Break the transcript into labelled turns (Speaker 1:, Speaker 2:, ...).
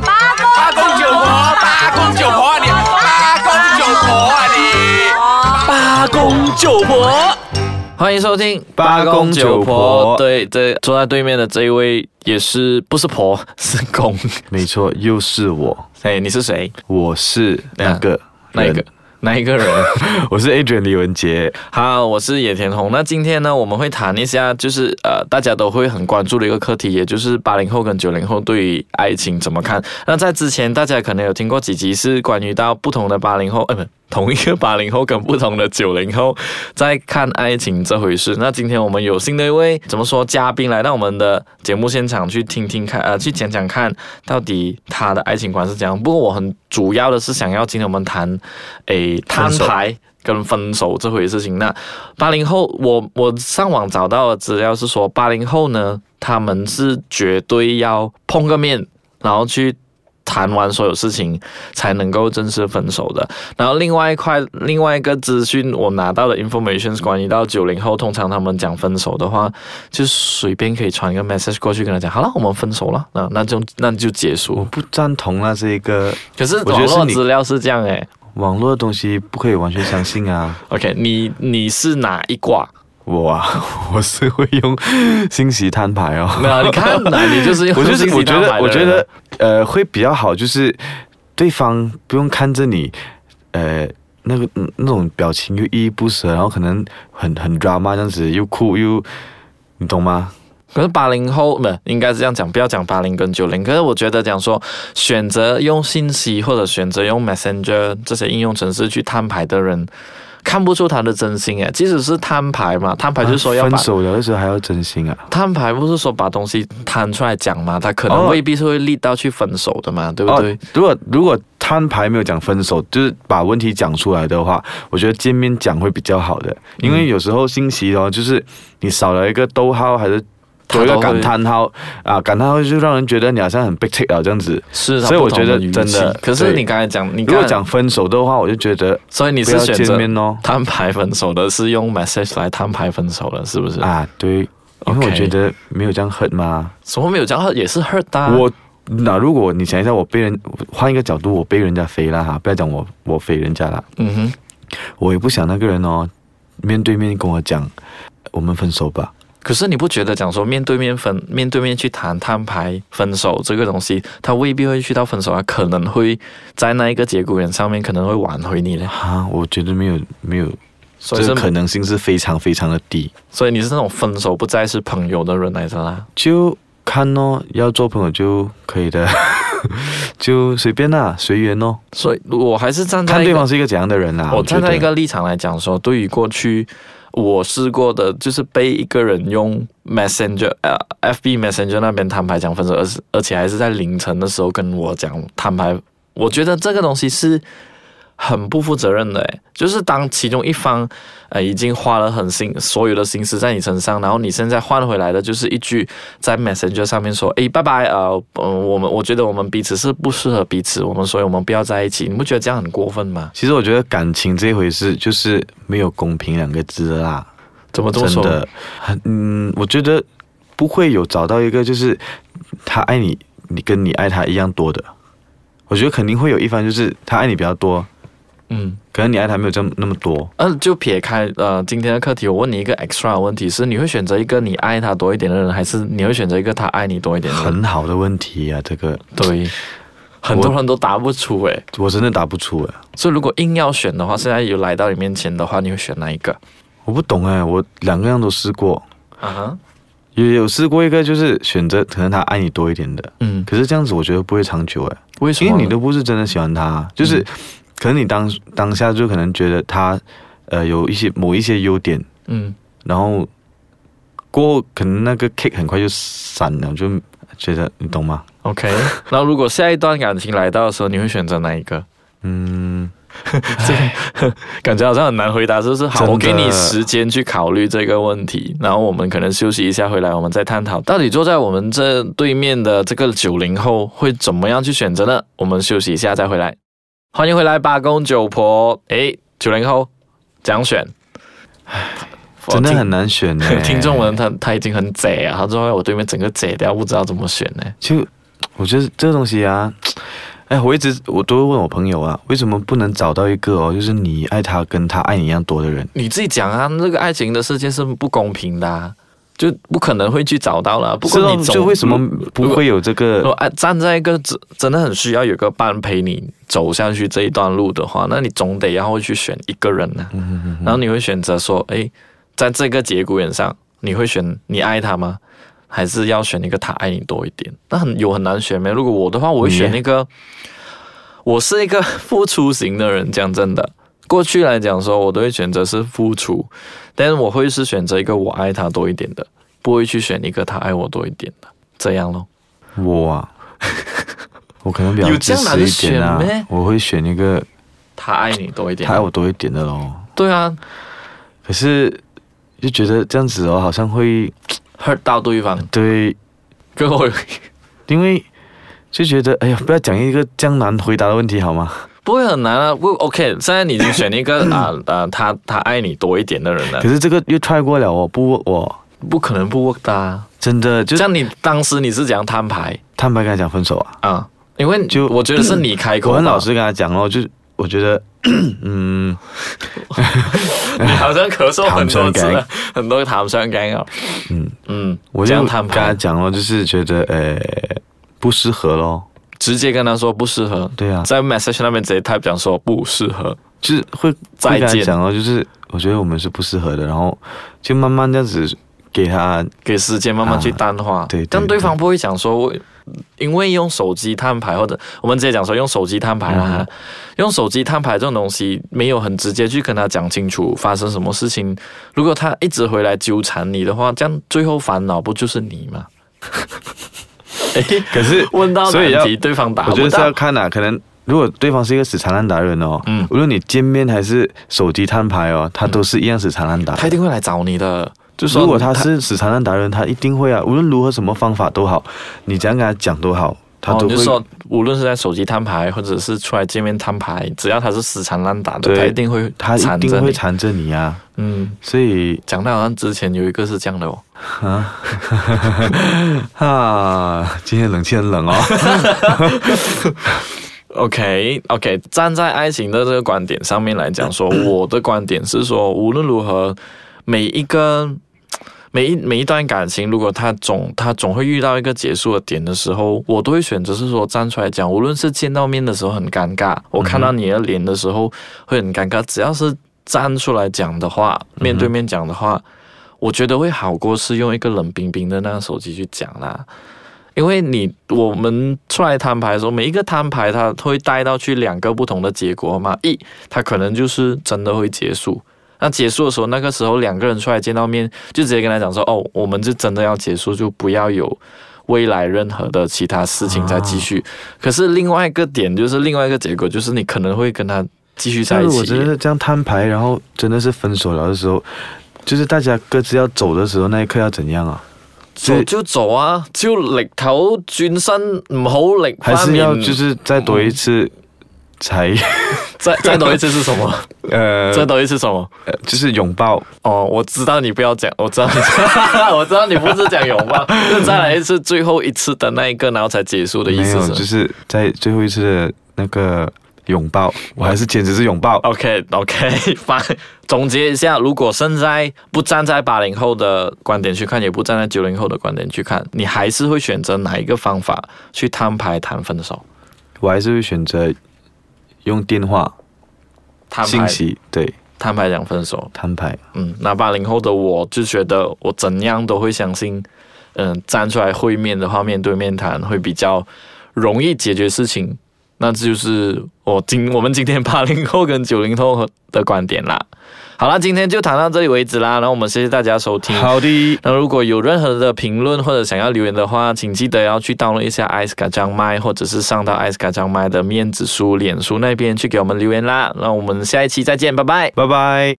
Speaker 1: 八公九婆，八公九婆啊你，八公九婆啊你，
Speaker 2: 八公九婆。欢迎收听
Speaker 3: 八公九婆
Speaker 2: 对，这坐在对面的这一位也是不是婆 是公？
Speaker 3: 没错，又是我，
Speaker 2: 哎，你是谁？
Speaker 3: 我是那个、
Speaker 2: 哪一个？？哪一个人？
Speaker 3: 我是 Adrian 李文杰。
Speaker 2: 好，我是野田红。那今天呢，我们会谈一下，就是呃，大家都会很关注的一个课题，也就是八零后跟九零后对于爱情怎么看。那在之前，大家可能有听过几集是关于到不同的八零后，呃，不，同一个八零后跟不同的九零后在看爱情这回事。那今天我们有幸的一位怎么说嘉宾来到我们的节目现场去听听看，呃，去讲讲看到底他的爱情观是怎样。不过我很主要的是想要今天我们谈，诶，摊
Speaker 3: 分手
Speaker 2: 牌。跟分手这回事情，那八零后，我我上网找到的资料是说，八零后呢，他们是绝对要碰个面，然后去谈完所有事情，才能够正式分手的。然后另外一块，另外一个资讯我拿到的 information 是关于到九零后，通常他们讲分手的话，就随便可以传一个 message 过去跟他讲，好了，我们分手了，那那就那就结
Speaker 3: 我
Speaker 2: 束。
Speaker 3: 不赞同那这一个
Speaker 2: 可是
Speaker 3: 我觉
Speaker 2: 网
Speaker 3: 得是
Speaker 2: 络
Speaker 3: 你
Speaker 2: 资料是这样诶、
Speaker 3: 网络的东西，不可以完全相信 啊！
Speaker 2: o k 你你是哪一卦？
Speaker 3: 我啊，我是会用信息摊牌哦。
Speaker 2: 没有，你看呐，你就是用
Speaker 3: 我就是
Speaker 2: 信息
Speaker 3: 我觉
Speaker 2: 蛋白
Speaker 3: 得
Speaker 2: 的
Speaker 3: 我觉
Speaker 2: 人啊
Speaker 3: 得呃会比较好，就是对方不用看着你，呃那个嗯那种表情又依依不舍，然后可能很很 drama 这样子，又哭又你懂吗？
Speaker 2: 可是八零后不应该是这样讲，不要讲八零跟九零。可是我觉得讲说选择用信息或者选择用 Messenger 这些应用程式去摊牌的人，看不出他的真心诶。即使是摊牌嘛，摊牌就是说要把、
Speaker 3: 啊分手了的时候还要真心啊，
Speaker 2: 摊牌，不是说把东西摊出来讲嘛，他可能
Speaker 3: 哦
Speaker 2: 未必是会立到去分手的嘛，对不对？
Speaker 3: 哦、如果如果摊牌没有讲分手，就是把问题讲出来的话，我觉得见面讲会比较好的，因为有时候信息哦，就是你少了一个逗号还是。多一
Speaker 2: 它
Speaker 3: 个
Speaker 2: 都会
Speaker 3: 感叹号啊，感叹号就让人觉得你好像很 big take 啊这样子。
Speaker 2: 是，它
Speaker 3: 所以
Speaker 2: 不
Speaker 3: 我觉得
Speaker 2: 同语
Speaker 3: 真的
Speaker 2: 气可是
Speaker 3: 对
Speaker 2: 你刚才讲，你
Speaker 3: 如
Speaker 2: 刚
Speaker 3: 果
Speaker 2: 才
Speaker 3: 讲，分手的话，我就觉得
Speaker 2: 所以你
Speaker 3: 不
Speaker 2: 是
Speaker 3: 要
Speaker 2: 选择
Speaker 3: 见面哦。
Speaker 2: 摊牌分手的，是用 message 来摊牌分手的，是不是？
Speaker 3: 啊，对，因为
Speaker 2: OK
Speaker 3: 我觉得没有这样狠嘛。
Speaker 2: 什么没有讲，也是 hurt 的啊、
Speaker 3: 我那如果你想一下，我被人换一个角度，我被人家飞啦哈，不要讲我我飞人家啦，
Speaker 2: 嗯哼。
Speaker 3: 我也不想那个人哦，面对面跟我讲，我们分手吧。
Speaker 2: 可是你不觉得讲说面对面分面对面去谈摊牌分手这个东西，他未必会去到分手，他可能会在那一个节骨眼上面可能会挽回你嘞。
Speaker 3: 啊，我觉得没有没有，
Speaker 2: 所以
Speaker 3: 这
Speaker 2: 是
Speaker 3: 个可能性是非常非常的低。
Speaker 2: 所以你是那种分手不再是朋友的人来着啦。
Speaker 3: 就看哦，要做朋友就可以的， 就随便啦，随缘哦，
Speaker 2: 所以我还是站在
Speaker 3: 看
Speaker 2: 一
Speaker 3: 对
Speaker 2: 个
Speaker 3: 方是一个怎样的人啦。
Speaker 2: 我
Speaker 3: 觉
Speaker 2: 哦站
Speaker 3: 得
Speaker 2: 在一个立场来讲说，对于过去我试过的，就是被一个人用 Messenger 呃 FB Messenger 那边摊牌讲分手，而是而且还是在凌晨的时候跟我讲摊牌，我觉得这个东西是。很不负责任的，诶就是当其中一方，呃，已经花了很心所有的心思在你身上，然后你现在换回来的就是一句在 Messenger 上面说，诶，拜拜，呃，嗯、我们我觉得我们彼此是不适合彼此，我们所以我们不要在一起，你不觉得这样很过分吗？
Speaker 3: 其实我觉得感情这回事就是没有公平两个字啦，
Speaker 2: 怎么这么
Speaker 3: 真
Speaker 2: 说？
Speaker 3: 的，很嗯，我觉得不会有找到一个就是他爱你，你跟你爱他一样多的。我觉得肯定会有一方就是他爱你比较多，
Speaker 2: 嗯，
Speaker 3: 可能你爱他没有这么那么多。
Speaker 2: 呃，就撇开呃今天的课题，我问你一个 extra 的问题是：你会选择一个你爱他多一点的人，还是你会选择一个他爱你多一点的人？
Speaker 3: 很好的问题啊，这个
Speaker 2: 对，很多人都答不出诶、
Speaker 3: 我真的答不出哎，
Speaker 2: 所以如果硬要选的话，现在有来到你面前的话，你会选哪一个？
Speaker 3: 我不懂哎，我两个样都试过，
Speaker 2: 啊哈，
Speaker 3: 也有试过一个就是选择可能他爱你多一点的，
Speaker 2: 嗯，
Speaker 3: 可是这样子我觉得不会长久哎。
Speaker 2: 为什么嗯
Speaker 3: 因
Speaker 2: 呢？
Speaker 3: 为你都不是真的喜欢他，啊就是、可能你当当下就可能觉得他呃有一些某一些优点，
Speaker 2: 嗯，
Speaker 3: 然后过后可能那个 kick 很快就散了，就觉得你懂吗？
Speaker 2: OK，那如果下一段感情来到的时候，你会选择哪一个？
Speaker 3: 嗯，
Speaker 2: 这个 感觉好像很难回答，是不是？好，
Speaker 3: 真的
Speaker 2: 我给你时间去考虑这个问题，然后我们可能休息一下，回来我们再探讨到底坐在我们这对面的这个九零后会怎么样去选择呢？我们休息一下再回来。欢迎回来，八公九婆。诶，九零后讲选，我
Speaker 3: 真
Speaker 2: 哦
Speaker 3: 的
Speaker 2: 听
Speaker 3: 很难选呢、
Speaker 2: 哎听众们他他已经很贼啊，他坐在我对面整个贼掉，不知道怎么选呢、
Speaker 3: 就我觉得这个东西啊，哎，我一直我都会问我朋友啊，为什么不能找到一个哦，就是你爱他跟他爱你一样多的人？
Speaker 2: 你自己讲啊，那个爱情的世界是不公平的、啊，就不可能会去找到了。不
Speaker 3: 不知
Speaker 2: 过
Speaker 3: 道
Speaker 2: 你总
Speaker 3: 哦啊就为什么不会有这
Speaker 2: 如
Speaker 3: 个
Speaker 2: 果？哎站在一个真真的很需要有个伴陪你走下去这一段路的话，那你总得要会去选一个人呢、然后你会选择说，哎，在这个节骨眼上，你会选你爱他吗？还是要选一个他爱你多一点？那很有很难选没？如果我的话，我会
Speaker 3: 你
Speaker 2: 选
Speaker 3: 耶
Speaker 2: 一个，我是一个付出型的人。讲真的，过去来讲说，我都会选择是付出，但是我会是选择一个我爱他多一点的，不会去选一个他爱我多一点的，这样咯。
Speaker 3: 我啊， 我可能比较
Speaker 2: 有这
Speaker 3: 自
Speaker 2: 样
Speaker 3: 私一点啊
Speaker 2: 难选咩，啊
Speaker 3: 我会选一个
Speaker 2: 他爱你多一点
Speaker 3: 他爱。我多一点的咯。
Speaker 2: 对啊
Speaker 3: 可是就觉得这样子哦，好像会
Speaker 2: ，hurt 到对方，
Speaker 3: 对，
Speaker 2: 跟 我
Speaker 3: 因为就觉得哎呀，不要讲一个这样难回答的问题好吗？
Speaker 2: 不会很难啊。不，OK，现在你已经选一 个啊啊，他他爱你多一点的人了
Speaker 3: 可，是这个又 try 过了哦，不我
Speaker 2: 不可能不 work 的、啊。
Speaker 3: 真的
Speaker 2: 就
Speaker 3: 就
Speaker 2: 像你当时你是怎样摊牌
Speaker 3: 坦白跟他讲分手啊。
Speaker 2: 啊？因为
Speaker 3: 就
Speaker 2: 我觉得是你开口吧，
Speaker 3: 我很老实跟他讲哦，就是我觉得， 嗯，
Speaker 2: 你好像咳嗽很多 次了
Speaker 3: 痰酸，
Speaker 2: 很多痰酸干啊。嗯嗯，
Speaker 3: 我
Speaker 2: 这
Speaker 3: 就
Speaker 2: 样
Speaker 3: 跟
Speaker 2: 摊
Speaker 3: 他
Speaker 2: 牌，
Speaker 3: 讲哦，就是觉得呃不适合咯。
Speaker 2: 直接跟他说不适合。
Speaker 3: 对啊，
Speaker 2: 在 message 那边直接 type 讲说不适合，
Speaker 3: 就是会
Speaker 2: 再
Speaker 3: 会跟他
Speaker 2: 见
Speaker 3: 讲哦，就是我觉得我们是不适合的，然后就慢慢这样子给 他，
Speaker 2: 给时间慢慢去淡化。
Speaker 3: 啊对对
Speaker 2: 但对
Speaker 3: 对
Speaker 2: 方不会讲说，我因为用手机摊牌，或者我们直接讲说用手机摊牌
Speaker 3: 嗯
Speaker 2: 啦，用手机摊牌这种东西，没有很直接去跟他讲清楚发生什么事情。如果他一直回来纠缠你的话，这样最后烦恼不就是你 吗？诶
Speaker 3: 可是
Speaker 2: 问到
Speaker 3: 所以
Speaker 2: 难
Speaker 3: 要
Speaker 2: 题，对方答
Speaker 3: 我觉
Speaker 2: 不
Speaker 3: 得是
Speaker 2: 到
Speaker 3: 要。看啊，可能如果对方是一个死缠烂打的人哦，
Speaker 2: 嗯
Speaker 3: 无论你见面还是手机摊牌哦，他都是一样死缠烂打。
Speaker 2: 他一定会来找你的。就说
Speaker 3: 如果他是死缠烂打的人，他一定会啊，无论如何什么方法都好，你怎样跟他讲都好，他
Speaker 2: 哦
Speaker 3: 都
Speaker 2: 你
Speaker 3: 会。
Speaker 2: 就说，无论是在手机摊牌，或者是出来见面摊牌，只要他是死缠烂打的，
Speaker 3: 对
Speaker 2: 他一定会
Speaker 3: 他一
Speaker 2: 缠着
Speaker 3: 定会
Speaker 2: 你
Speaker 3: 缠着你啊，
Speaker 2: 嗯，
Speaker 3: 所以
Speaker 2: 讲到好像之前有一个是这样的哦，
Speaker 3: 啊，今天冷气很冷哦。
Speaker 2: OK OK，站在爱情的这个观点上面来讲说，我的观点是说，无论如何，每一个每一每一段感情，如果它总它总会遇到一个结束的点的时候，我都会选择是说站出来讲，无论是见到面的时候很尴尬，我看到你的脸的时候会很尴尬，只要是站出来讲的话，面对面讲的话，我觉得会好过是用一个冷冰冰的那个手机去讲啦。因为你我们出来摊牌的时候，每一个摊牌它会带到去两个不同的结果嘛。一，它可能就是真的会结束。那结束的时候，那个时候两个人出来见到面，就直接跟他讲说：“哦，我们就真的要结束，就不要有未来任何的其他事情再继续。
Speaker 3: 啊
Speaker 2: 可是另外一个点就是另外一个结果，就是你可能会跟他继续 在
Speaker 3: 但
Speaker 2: 一
Speaker 3: 如
Speaker 2: 起。
Speaker 3: 果真的是这样摊牌，然后真的是分手了的时候，就是大家各自要走的时候，那一刻要怎样啊？
Speaker 2: 走就走啊，就力头轉身，唔好力
Speaker 3: 还
Speaker 2: 翻
Speaker 3: 是
Speaker 2: 面
Speaker 3: 要就是再多一次才、
Speaker 2: 再再多一次是什么？
Speaker 3: 呃
Speaker 2: 再多一次什么？
Speaker 3: 呃就是拥抱？
Speaker 2: 哦，我知道你不要讲，我知道你， 我知道你不是讲拥抱，就再来一次最后一次的那一个，然后才结束的
Speaker 3: 没
Speaker 2: 意思
Speaker 3: 有，
Speaker 2: 是。
Speaker 3: 就是在最后一次的那个拥抱，我还是坚持是拥抱。
Speaker 2: OK OK，fine。总 结一下，如果现在不站在八零后的观点去看，也不站在九零后的观点去看，你还是会选择哪一个方法去摊牌谈分手？
Speaker 3: 我还是会选择用电话、
Speaker 2: 摊
Speaker 3: 信
Speaker 2: 牌
Speaker 3: 息对
Speaker 2: 摊牌讲分手，
Speaker 3: 摊牌。
Speaker 2: 嗯，那八零后的我就觉得我怎样都会相信，嗯、站出来会面的话，面对面谈会比较容易解决事情。那这就是我今我们今天八零后跟九零后的观点啦。好啦，今天就谈到这里为止啦。然后我们谢谢大家收听。
Speaker 3: 好的，
Speaker 2: 那如果有任何的评论或者想要留言的话，请记得要去 download 一下 Ice 卡张麦，或者是上到 Ice 卡张麦的面子书、脸书那边去给我们留言啦。那我们下一期再见，拜拜。
Speaker 3: 拜拜。